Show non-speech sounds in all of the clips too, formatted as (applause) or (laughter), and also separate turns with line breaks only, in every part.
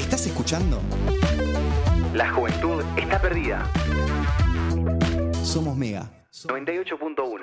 escuchando?
La juventud está perdida.
Somos Mega.
98.1.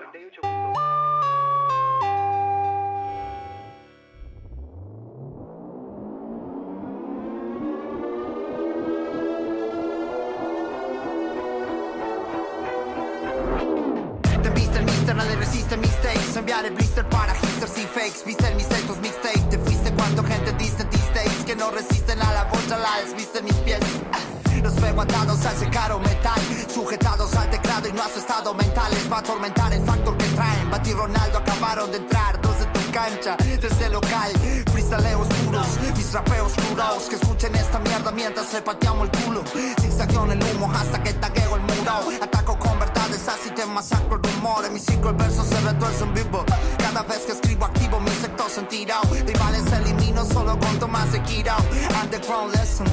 Te viste el mister, nadie resiste mistakes. Enviar el blister para hipsters y fakes. Viste el mistake, tus mixtape. Te fuiste cuando gente diste mistakes. Que no resisten a la bocha, la desviste en mis pies. Ah, Los veo atados a ese caro metal. Sujetados al teclado y no a su estado mental. Les va a atormentar el factor que traen. Bati y Ronaldo acabaron de entrar. Dos de tu cancha, desde local. Freestyleos puros, mis rapeos curados. Que escuchen esta mierda mientras le pateamos el culo. Sin saqueo en el humo hasta que tagueo el muro. Ataco con verdades, así te masacro el humor. En mi ciclo el verso se retuerce en vivo. Cada vez que escribo activo mi sector sentirá. Rivales elimino solo con tomas de Kirao. Underground lesson,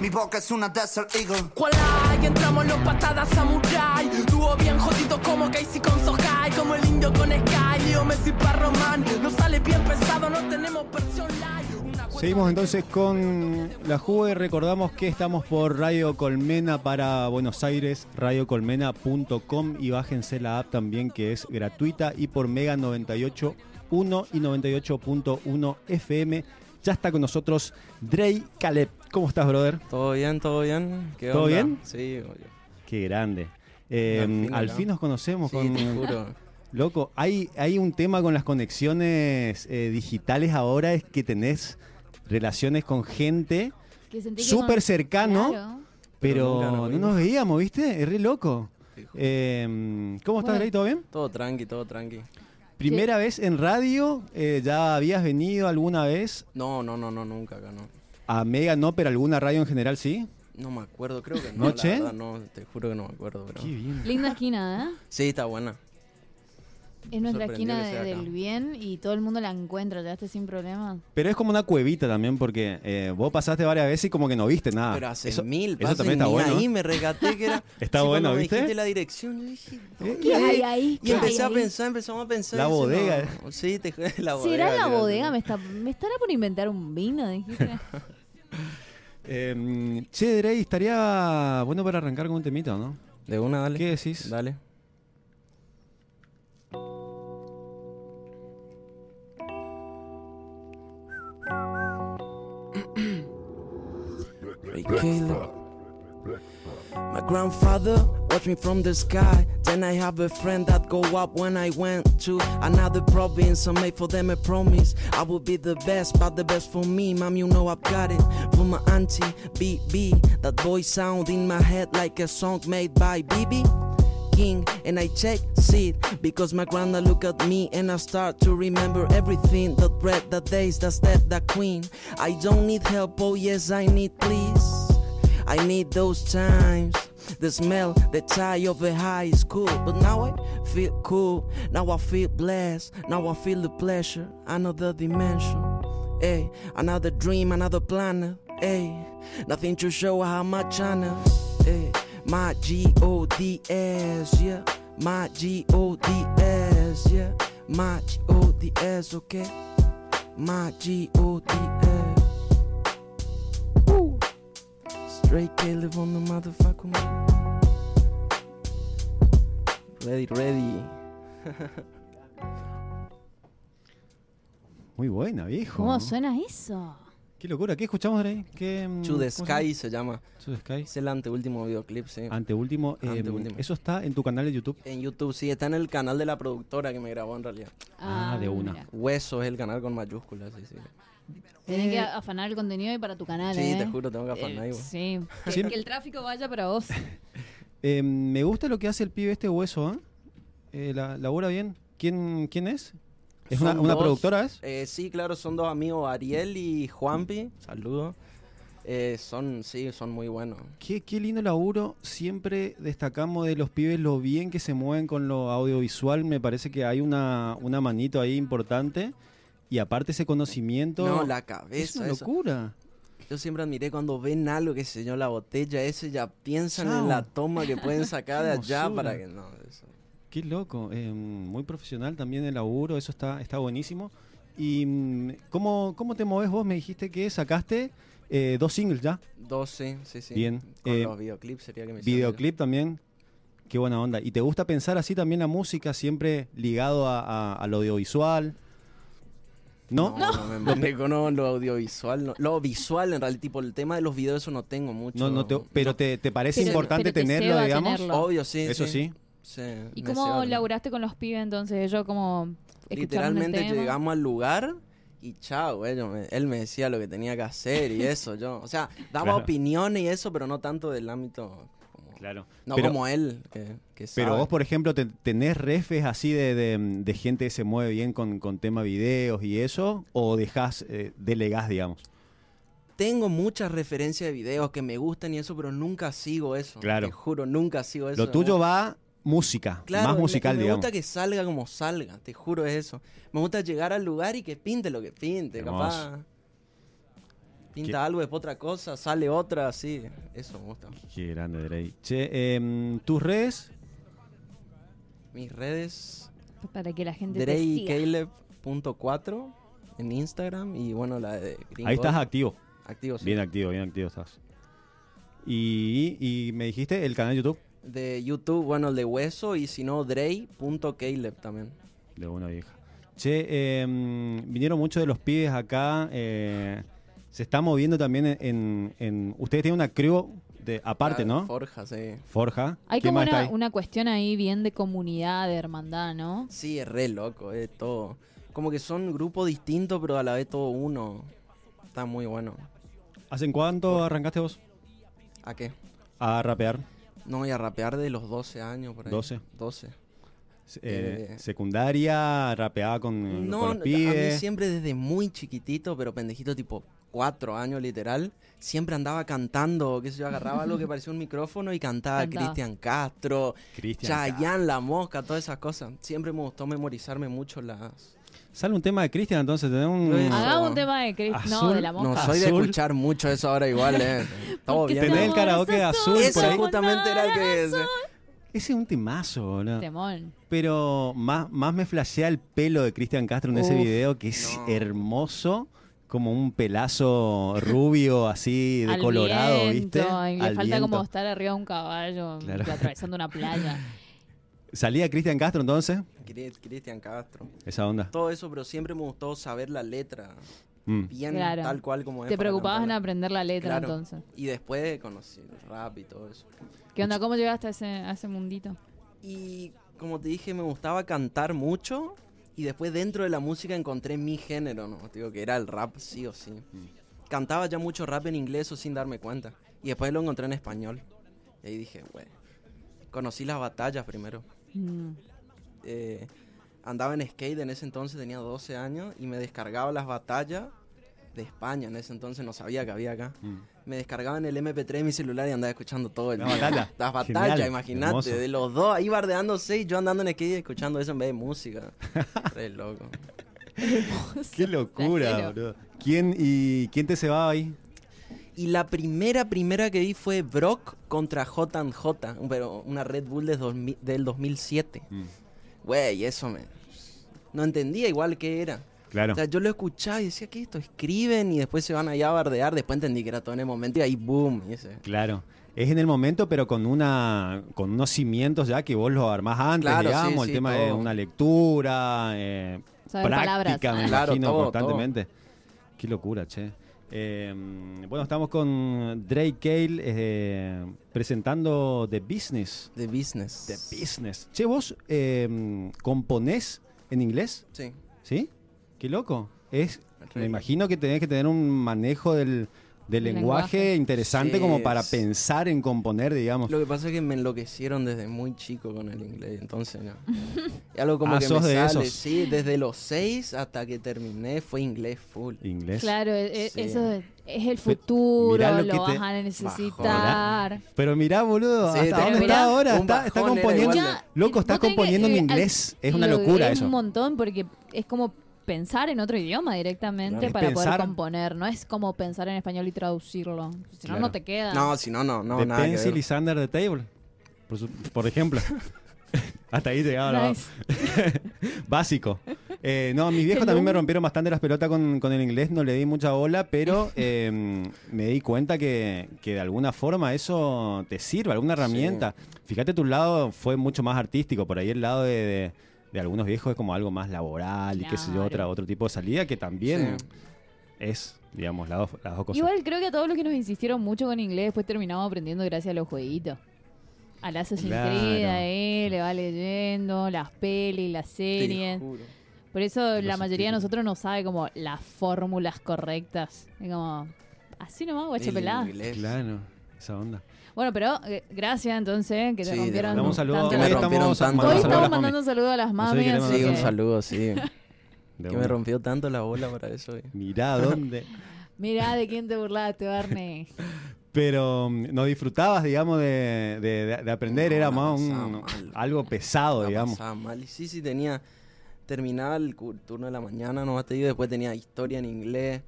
mi boca es una Desert Eagle.
¿Cuál hay? Entramos los patadas samurai Dúo bien jodido como Casey con Sohai Como el indio con Sky Leo Messi para Román No sale bien pesado, no tenemos versión live Una cuenta-
Seguimos entonces con la Juve. Recordamos que estamos por Radio Colmena para Buenos Aires, radiocolmena.com y bájense la app también que es gratuita y por Mega 98.1 y 98.1 FM. Ya está con nosotros Drey Caleb. ¿Cómo estás, brother?
Todo bien, todo bien. ¿Qué
¿Todo
onda?
bien?
Sí, obvio.
Qué grande. Eh,
Al fin
al
acá.
fin nos conocemos
Sí,
con... (laughs)
te juro.
Loco, hay, hay un tema con las conexiones eh, digitales ahora, es que tenés relaciones con gente,
Que sentí que
Súper
con-
cercano.
Claro.
pero,
Pero nunca nos
no nos
vimos.
veíamos, ¿viste? Es re loco.
Te juro.
Eh, ¿Cómo estás,
Bueno.
Drey? ¿Todo bien?
Todo tranqui, todo tranqui.
Primera vez en radio, eh, ¿ya habías venido alguna vez
No, no, no, no, nunca acá no.
a Mega No, pero alguna radio en general sí?
No me acuerdo, creo que no. la
¿Noche?
verdad, no, te juro que no me acuerdo, pero.
bien.
Linda esquina, ¿eh?
Sí, está buena.
Es nuestra
Sorprendió
esquina
que
de-
sea acá.
del bien y todo el mundo la encuentra, llegaste sin problema.
Pero es como una cuevita también, porque eh, vos pasaste varias veces y como que no viste nada.
pero hace
Ah, Eso-
mil
Eso
pases
también está
ni
bueno.
ahí
¿eh?
me regaté que
(laughs)
era.
Está
Sí,
bueno,
cuando me
¿viste?
dijiste la dirección, yo dije.
Eh,
¿Qué hay ahí?
Y empecé a pensar, empezamos a pensar.
La
y dije,
bodega.
no, sí, te juro, (laughs) la bodega.
¿Será la
creo que-
bodega? ¿Me, está, ¿Me estará por inventar un vino? Dijiste.
Eh, che, Drey, estaría bueno para arrancar con un temita, ¿no?
De una, dale.
¿Qué decís?
Dale. Ray Caleb. My grandfather watched me from the sky. Then I have a friend that go up when I went to another province. I made for them a promise. I will be the best, but the best for me. Mom, you know I've got it. For my auntie, BB. That voice sound in my head like a song made by BB king and I check seat because my grandma look at me and I start to remember everything that bread, that days, that step, that queen. I don't need help, oh yes I need please. I need those times. The smell, the tie of a high school. But now I feel cool. Now I feel blessed. Now I feel the pleasure. Another dimension. Hey, another dream, another planet. Hey, nothing to show how much channel. Hey, my G O D S, yeah. My G O D S, yeah. My G O D S, okay. My G O D S. Straight Caleb on the motherfucker. mic. Ready, ready.
Muy buena, viejo.
¿Cómo suena eso?
Qué locura, ¿qué escuchamos Drey? ¿Qué, mm,
To
cómo
the
se llama?
Sky se llama.
To the Sky.
Es el anteúltimo videoclip, sí.
Anteúltimo, eh,
Ah, Anteúltimo.
Eso está en tu canal de YouTube.
En YouTube, sí, está en el canal de la productora que me grabó en realidad.
Ah, de una.
mira.
Hueso es el canal con mayúsculas, sí, sí.
Tenés que afanar el contenido y para tu canal.
Sí,
¿eh?
te juro, tengo que afanar
Eh,
ahí, vos.
Sí.
Sí.
Que el tráfico vaya para
(laughs)
vos.
Eh, me gusta lo que hace el pibe este hueso, ¿eh? Eh, la, labura bien. ¿Quién, quién es? ¿Es una,
Son
una
dos-
productora? ¿es?
eh, sí, claro, son dos amigos, Ariel y Juanpi. Saludos. Eh, son, sí, son muy buenos.
Qué, qué lindo laburo. Siempre destacamos de los pibes lo bien que se mueven con lo audiovisual. Me parece que hay una, una manito ahí importante. Y aparte ese conocimiento.
No, la
es
cabeza.
una
eso.
locura.
Yo siempre admiré cuando ven algo, que se yo, la botella, eso, y ya piensan
Chao.
en la toma que pueden sacar de
Qué
allá
hermosura.
para que no. eso.
Qué loco, eh, muy profesional también el laburo, eso está, está buenísimo. ¿Y mm, ¿cómo, cómo te moves vos? Me dijiste que sacaste eh, dos singles ya.
Dos, sí, sí, sí.
Bien,
Con
eh,
los videoclips sería que me hicieron
Videoclip también. Qué buena onda. ¿Y te gusta pensar así también la música, siempre ligado a, a- al audiovisual? ¿No?
No, no, me- me- me- no, lo audiovisual, no. lo visual en realidad, tipo el tema de los videos eso no tengo mucho.
No, no te- pero te, te parece
Pero-
importante
pero te
tenerlo,
ceba
digamos.
tenerlo.
Obvio, sí.
Eso sí.
Sí,
¿Y
me
cómo
cebaron.
laburaste con los pibes entonces? Yo como escucharon el
Literalmente
tema.
llegamos al lugar y chao, eh, yo me- él me decía lo que tenía que hacer y eso, yo. O sea, daba
Claro.
opiniones y eso, pero no tanto del ámbito. como-
Claro.
No
pero,
como él, que, que
pero
sabe.
vos, por ejemplo, te- ¿tenés refes así de, de- de gente que se mueve bien con, con tema videos y eso? ¿O dejás, eh, delegás, digamos?
Tengo muchas referencias de videos que me gustan y eso, pero nunca sigo eso.
Claro.
Te juro, nunca sigo eso.
Lo tuyo va música,
Claro,
más
me-
musical,
me,
digamos.
gusta que salga como salga, te juro es eso. Me gusta llegar al lugar y que pinte lo que pinte,
Hermoso.
capaz. Pinta
¿Qué?
algo, después otra cosa, sale otra, así. Eso me gusta.
Qué grande, Drey. Che, em, tus redes,
Mis redes,
Para que la gente te siga.
DreyCaleb.4 en Instagram y bueno, la de Gringo.
ahí estás activo.
activo. sí.
Bien activo, bien activo estás. Y, y me dijiste el canal de YouTube
De YouTube, bueno, el de Hueso y si no, Drey.Caleb también.
de una vieja. Che, em, vinieron muchos de los pibes acá. eh, se está moviendo también en, en- en- Ustedes tienen una crew de, aparte,
Claro,
¿no?
Ah, Forja, sí.
Forja.
Hay
¿Quién
como
más está
una,
ahí?
una cuestión ahí bien de comunidad, de hermandad, ¿no?
Sí, es re loco, es todo. Como que son grupos distintos, pero a la vez todo uno. Está muy bueno.
¿Hace cuánto arrancaste vos
¿A qué?
a rapear?
No, voy a rapear de los 12 años por ahí.
12.
12.
Eh,
Eh,
secundaria, rapeaba con,
No,
Mm, con los
no, a
pibes.
mí siempre desde muy chiquitito, pero pendejito tipo 4 años literal, siempre andaba cantando, qué sé yo, agarraba algo que parecía un micrófono y cantaba
Cantaba.
Cristian Castro,
Cristian
Chayanne La Mosca, todas esas cosas. Siempre me gustó memorizarme mucho las...
Sale un tema de Cristian, entonces tenemos un...
Lo es.
Hagamos un tema de Chris. No,
Azul,
de la
No,
mosca.
soy de
Azul.
escuchar mucho eso ahora igual, eh. Todo
Porque
bien.
Tenés el
somos
karaoke azul por
Eso
ahí.
justamente era el que.
Ese es un temazo, boludo.
Temón.
Pero más, más me flashea el pelo de Cristian Castro en ese
Uf,
video, que es
no.
hermoso, como un pelazo rubio así de
(laughs) Al
colorado,
viento,
¿viste?
y le
Al
falta
viento.
como estar arriba de un caballo
Claro.
y atravesando una playa.
Salía Cristian Castro entonces,
Cri- Cristian Castro.
esa onda.
Todo eso, pero siempre me gustó saber la letra.
Mm.
(laughs) Bien
Claro.
tal cual como es.
Te
para
preocupabas en
cantarla.
aprender la letra
Claro.
entonces.
Y después conocí el rap y todo eso.
¿Qué onda? ¿Cómo llegaste a ese, a ese mundito?
Y como te dije, me gustaba cantar mucho. Y después dentro de la música encontré mi género, ¿no? Digo que era el rap, sí o sí. Cantaba ya mucho rap en inglés o sin darme cuenta. Y después lo encontré en español. Y ahí dije, güey. Conocí las batallas primero.
Mm.
eh, andaba en skate en ese entonces, tenía 12 años, y me descargaba las batallas de España. En ese entonces no sabía que había acá. Me descargaba en el MP3 de mi celular y andaba escuchando todo el
Mm. La
día.
batalla.
Las
Genial,
batallas,
hermoso.
imagínate. De los dos ahí bardeándose y yo andando en skate y escuchando eso en vez
(laughs)
de música. Re loco.
Qué locura,
Flashero.
boludo. ¿Quién, y, ¿Quién te se va ahí?
Y la primera, primera que vi fue Brock contra JJ, pero una Red Bull de 2000 del 2007.
Mm.
Güey, eso me. No entendía igual qué era.
Claro.
O sea, yo lo escuchaba y decía, ¿qué es esto? Escriben y después se van allá a bardear. Después entendí que era todo en el momento y ahí boom. Y ese.
Claro. Es en el momento, pero con una con unos cimientos ya que vos los armás antes,
Claro, sí,
digamos, el
sí,
tema de
todo.
una lectura, eh,
Saber
práctica,
palabras.
me
Claro,
imagino,
todo,
constantemente. Qué locura, che. Eh, bueno, estamos con Drake Cale eh, presentando The Business.
The Business.
The Business. Che, vos eh, componés en inglés,
Sí.
¿sí? Qué loco. Es,
Re
me
loco.
imagino que tenés que tener un manejo del, del
Del
lenguaje,
lenguaje.
interesante
Sí,
como para
es-
pensar en componer, digamos.
Lo que pasa es que me enloquecieron desde muy chico con el inglés, entonces no. Y algo como
Ah,
que
sos
me
de
sale,
esos.
sí, desde los seis hasta que terminé fue inglés full.
Inglés.
Claro, e- e-
Sí.
eso es, es el
Pero
futuro,
mirá lo
lo,
que te-
vas a necesitar.
Pero mirá, boludo,
Sí,
¿hasta
te-
dónde
mirá,
está ahora?
un
Está, está
bajón era
componiendo.
igual de-
eh, Loco, está
vos tenés que,
componiendo en
eh,
inglés.
al-
Es una
lo-
locura
Es
eso.
un montón porque es como pensar en otro idioma directamente
Claro.
para
Es
poder
pensar-
componer. No es como pensar en español y traducirlo. Si
Claro.
no, no te queda.
No, si no, no, no,
The
nada. que
Pencil
ver.
y Sander the Table. (laughs) Por, su- por ejemplo. Hasta ahí llegaba la-
Nice.
Básico. Eh, no, mis viejos
Hello.
también me rompieron bastante las pelotas con, con el inglés, no le di mucha bola,
(laughs)
pero eh, me di cuenta que, que de alguna forma eso te sirve, alguna herramienta. Fíjate, tu lado fue mucho más artístico, por ahí el lado de, de- de algunos viejos es como algo más laboral y qué sé yo,
Claro.
otra, otro tipo de salida que también es, digamos, las dos, las dos cosas.
Igual creo que a todos los que nos insistieron mucho con inglés, después terminamos aprendiendo gracias a los jueguitos. Al Assassin's
Claro.
Creed, a él, le va leyendo, las pelis, las series. Por eso la mayoría de nosotros no sabe como las fórmulas correctas. Es como, así nomás, guacho pelada.
Claro, esa onda.
Bueno, pero eh, gracias entonces, que
Sí,
te
de
rompieron.
nada.
Damos un saludo.
tanto
Que
la-
me
Hoy
Hoy
rompieron
estamos
tanto.
mandando
Hoy
saludos a las
estamos mandando saludos a las
sé si
mamis. eh.
queremos
así
mandar
Sí,
que-
un saludo, sí.
mamis. De
que me
una.
rompió tanto la bola para eso. eh.
Mirá (laughs) dónde.
Mirá de quién te burlaste, Barney.
(laughs) Pero mm, no disfrutabas, digamos, de, de- de- de aprender,
No,
era
la
más un-
pasaba mal.
algo pesado,
La
digamos.
pasaba mal. Y sí, sí, tenía. Terminaba el cu- turno de la mañana, nomás te digo. Después tenía historia en inglés,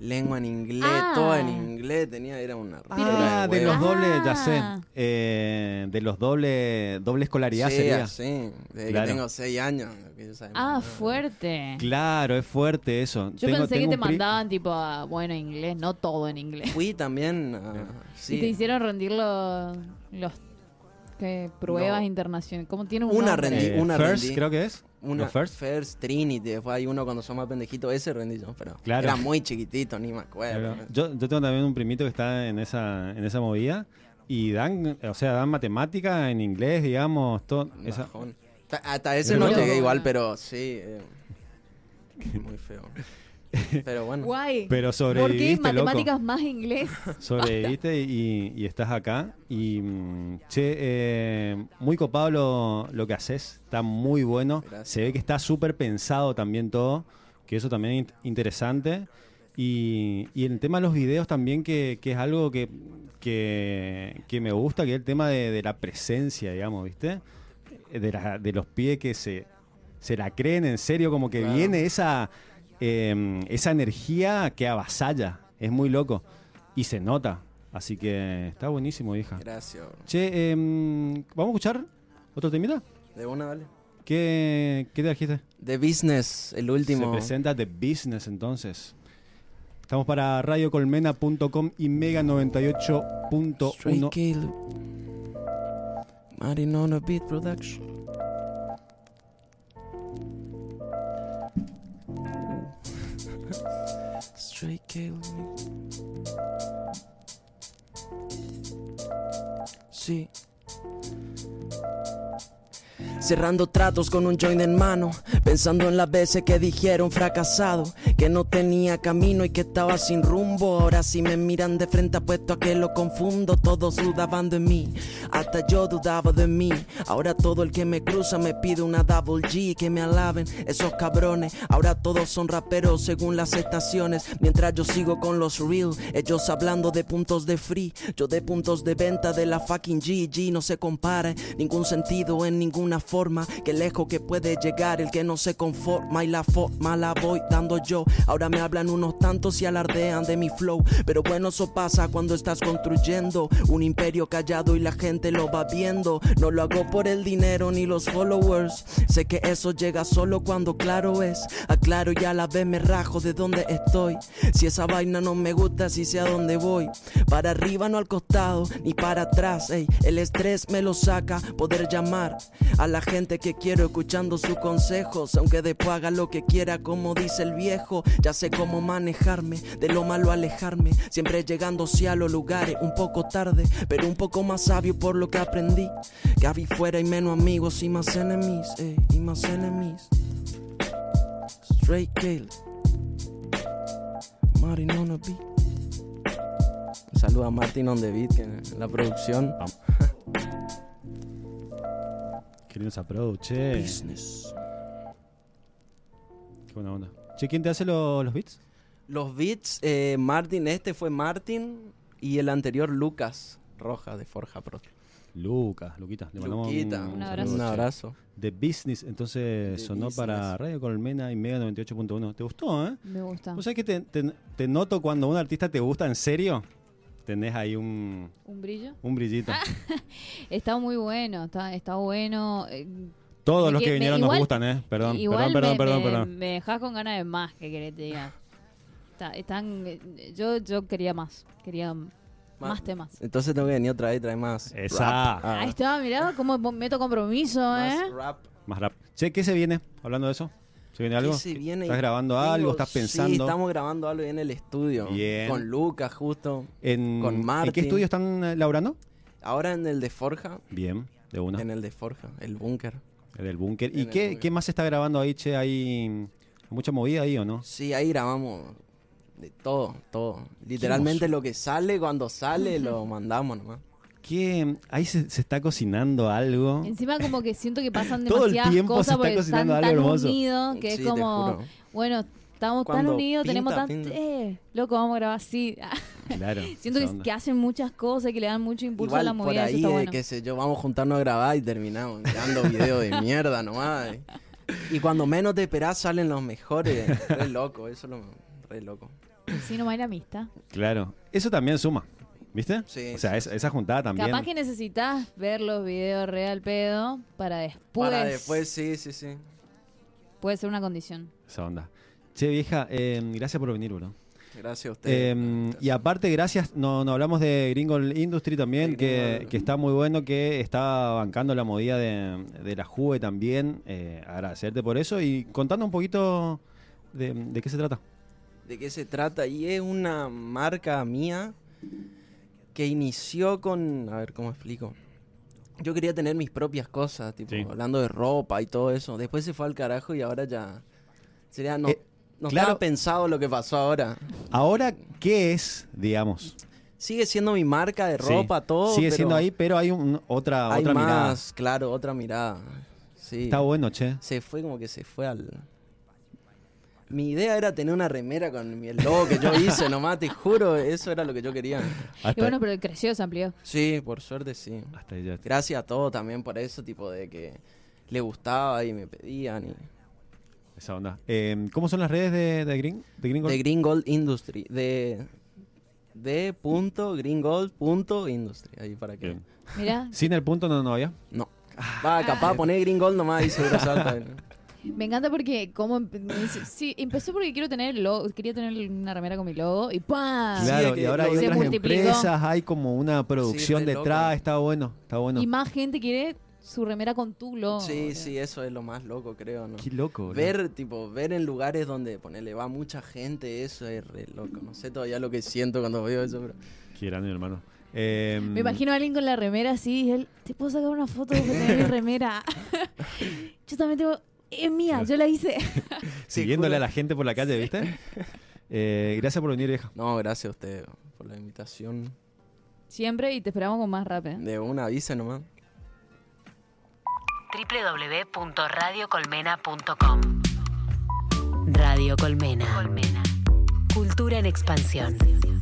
lengua en inglés,
Ah.
todo en inglés. Tenía, era una.
Ah,
rotura
de los
huevos.
dos
dobles, ya sé.
Ah.
Eh, de los dobles, doble escolaridad
Sí,
sería.
así, Desde
Claro.
que tengo seis años. que yo sabía
Ah,
nada.
fuerte.
Claro, es fuerte eso.
Yo
Tengo-
pensé
tengo
que
un
te
pri-
mandaban tipo, a, bueno, inglés, no todo en inglés. (laughs)
Fui también. ah, sí.
Y te hicieron rendir los, los que pruebas
No.
internacionales. ¿Cómo tiene un
Una
nombre?
rendí,
Eh,
una
first,
rendí.
creo que es.
Una
¿No, first.
first? Trinity, después hay uno cuando son más pendejitos, ese rendí yo, pero
Claro.
era muy chiquitito, ni me acuerdo.
Claro. Yo, yo tengo también un primito que está en esa, en esa movida. Y dan, o sea, dan matemática en inglés, digamos, todo.
Un
Esa,
bajón. Ta- Hasta ese
Pero
no
bueno.
llegué igual, pero sí. eh, muy feo. Pero bueno.
Guay.
Pero
¿Por qué
sobreviviste, loco.
matemáticas más
(laughs)
inglés?
Sobreviviste y, y estás acá. Y, mm, che, eh, muy copado lo, lo que haces. Está muy bueno.
Gracias.
Se ve que está súper pensado también todo. Que eso también es int- interesante. Y, y el tema de los videos también, que, que es algo que, que, que me gusta, que es el tema de, de la presencia, digamos, ¿viste? De, la- de los pies que se, se la creen en serio, como que
Claro.
viene esa, eh, esa energía que avasalla. Es muy loco. Y se nota. Así que está buenísimo, hija.
Gracias. bro.
Che, em, ¿vamos a escuchar otro temita?
De una, ¿vale?
¿Qué, qué te trajiste?
The Business, el
Se
último.
presenta The Business entonces. Estamos para radiocolmena.com y
Straight
mega98.1.
Caleb. Marinona Beat Production. (laughs) Straight Caleb. Sí. Cerrando tratos con un joint en mano, pensando en las veces que dijeron fracasado, que no tenía camino y que estaba sin rumbo. Ahora si me miran de frente apuesto a que lo confundo, todos dudaban de mí, hasta yo dudaba de mí. Ahora todo el que me cruza me pide una double G, que me alaben esos cabrones. Ahora todos son raperos según las estaciones, mientras yo sigo con los real, ellos hablando de puntos de free, yo de puntos de venta de la fucking GG, no se compara, en ningún sentido en ninguna forma, que lejos que puede llegar el que no se conforma y la forma la voy dando yo. Ahora me hablan unos tantos y alardean de mi flow, pero bueno, eso pasa cuando estás construyendo un imperio callado y la gente lo va viendo. No lo hago por el dinero ni los followers, sé que eso llega solo cuando claro es, aclaro y a la vez me rajo de donde estoy. Si esa vaina no me gusta, si sé a dónde voy. Para arriba, no al costado, ni para atrás. ey. El estrés me lo saca poder llamar a la gente que quiero escuchando sus consejos. Aunque después haga lo que quiera, como dice el viejo. Ya sé cómo manejarme, de lo malo alejarme. Siempre llegando sí a los lugares un poco tarde, pero un poco más sabio por lo que aprendí. Que había fuera y menos amigos y más enemies, ey, y más enemies. Straight Kale. Martin on the beat. Un saludo a Martin on the beat que en la producción.
Qué lindo esa produ, che.
Business.
Qué buena onda. Che, ¿quién te hace lo- los beats?
Los beats, eh, Martin, este fue Martin y el anterior Lucas Rojas de Forja Pro.
Lucas, Luquita. Le mandamos
Luquita,
un,
Un abrazo.
Un
saludo, che.
abrazo.
The Business, entonces
The
sonó
Business.
para Radio Colmena y Mega 98.1. ¿Te gustó, eh?
Me gusta.
¿Vos sabés que te, te- te noto cuando un artista te gusta en serio? Tenés ahí un,
¿Un brillo?
Ah.
un brillito.
Está muy bueno, está, está bueno. eh,
Todos
Me
los
que-
que
me-
vinieron nos
igual-
gustan, ¿eh? Perdón,
Igual
perdón,
me,
perdón,
me-
perdón.
me dejás con ganas de más, que querés que te diga. Está- están, eh, yo, yo quería más, quería más, temas.
Entonces tengo que venir otra vez y traer más.
Esa.
rap. Ah,
Ahí estaba, mirá cómo meto compromiso,
más
¿eh?
rap.
Más rápido. Che, ¿qué se viene? Hablando de eso. ¿Se viene algo?
¿Qué se viene?
¿Estás grabando
Tengo-
algo? ¿Estás pensando?
Sí, estamos grabando algo ahí en el estudio.
Bien. Eh.
Con Lucas, justo.
en,
con Martín.
¿En qué estudio están eh, laburando?
Ahora en el de Forja.
Bien, de una.
En
En
el de Forja, el búnker.
el, búnker.
en
¿Y
el
qué,
búnker.
qué más se está grabando ahí, che? ¿Hay mucha movida ahí o no?
Sí, ahí grabamos de todo, todo. Literalmente lo que sale, cuando sale, lo mandamos nomás.
¿Qué? Ahí se, se está cocinando algo.
Encima como que siento que pasan
(laughs) Todo el
demasiadas
tiempo se
cosas
está
porque están
cocinando algo
tan
hermoso.
unidos que
Sí,
es
te
como,
juro.
bueno, estamos tan
Cuando
unidos,
pinta,
tenemos tan...
pinta.
Eh, loco, vamos a
(laughs)
grabar así.
Claro.
(laughs) siento
esa
que,
onda.
que hacen muchas cosas y que le dan mucho impulso a
Igual
la
por
movida. eso
ahí,
está
eh,
bueno.
qué sé yo, vamos a juntarnos a grabar y terminamos dando videos de mierda nomás. eh. Y cuando menos te esperás salen los mejores. Re loco, eso es lo re loco.
Sí, nomás hay la amistad.
Claro. Eso también suma. ¿Viste?
Sí,
O sea,
sí,
es- esa juntada también.
Capaz que necesitas ver los videos real pedo para después.
Para después, sí, sí, sí.
Puede ser una condición.
Esa onda. Che, vieja, eh, gracias por venir, bro.
Gracias a ustedes.
Eh, y aparte, gracias, no, no hablamos de Gringol Industry también,
De
que,
Gringol.
que está muy bueno, que está bancando la movida de, de la Juve también. Eh, agradecerte por eso y contando un poquito de, de qué se trata.
¿De qué se trata? Y es una marca mía que inició con... A ver, ¿cómo explico? Yo quería tener mis propias cosas, tipo,
Sí.
hablando de ropa y todo eso. Después se fue al carajo y ahora ya... Sería, no,
Eh,
no
claro.
estaba pensado lo que pasó ahora.
Ahora, ¿qué es, digamos?
Sigue siendo mi marca de
Sí,
ropa, todo.
Sigue
pero
siendo ahí, pero hay un- otra,
Hay
otra
más,
mirada.
claro, otra mirada. Sí.
Está bueno, che.
Se fue como que se fue al... Mi idea era tener una remera con mi- el logo que yo hice nomás, te juro, eso era lo que yo quería.
Y
Hasta,
bueno, pero creció, se amplió.
Sí, por suerte sí.
hasta ahí ya.
Gracias a todos también por eso, tipo de que le gustaba y me pedían. Y...
Esa onda. Eh, ¿Cómo son las redes de, de Green? De Gringol?
De Green Gold Industry, de de punto Green Gold punto Industry, ahí para que.
Bien. (laughs)
Mirá,
Sin el punto no, no había.
No. Va, capaz poner Green Gold nomás y seguro salta. ¿no?
me encanta porque como empe- me dice- sí, empezó porque quiero tener el logo, quería tener una remera con mi logo y ¡pam!
Claro,
es que
y ahora hay
lo-
se
otras
multiplicó.
empresas, hay como una producción
re loco.
detrás, está bueno, está bueno.
Y más gente quiere su remera con tu logo.
Sí,
boludo.
sí, eso es lo más loco, creo, ¿no?
Qué loco. boludo.
Ver, tipo, ver en lugares donde ponele va mucha gente, eso es re loco. No sé todavía lo que siento cuando veo eso, pero.
Qué grande, hermano. Eh,
Me imagino a alguien con la remera así y él, ¿te puedo sacar una foto de
(laughs)
tener mi remera? (laughs) yo también tengo... Es mía, yo la hice. (laughs)
Siguiéndole a
juro.
la gente por la calle, ¿viste? Eh, gracias por venir, vieja.
No, gracias a usted por la invitación.
Siempre y te esperamos con más ¿eh? rápido.
De una avisa nomás.
www.radiocolmena.com Radio Colmena. Cultura en expansión.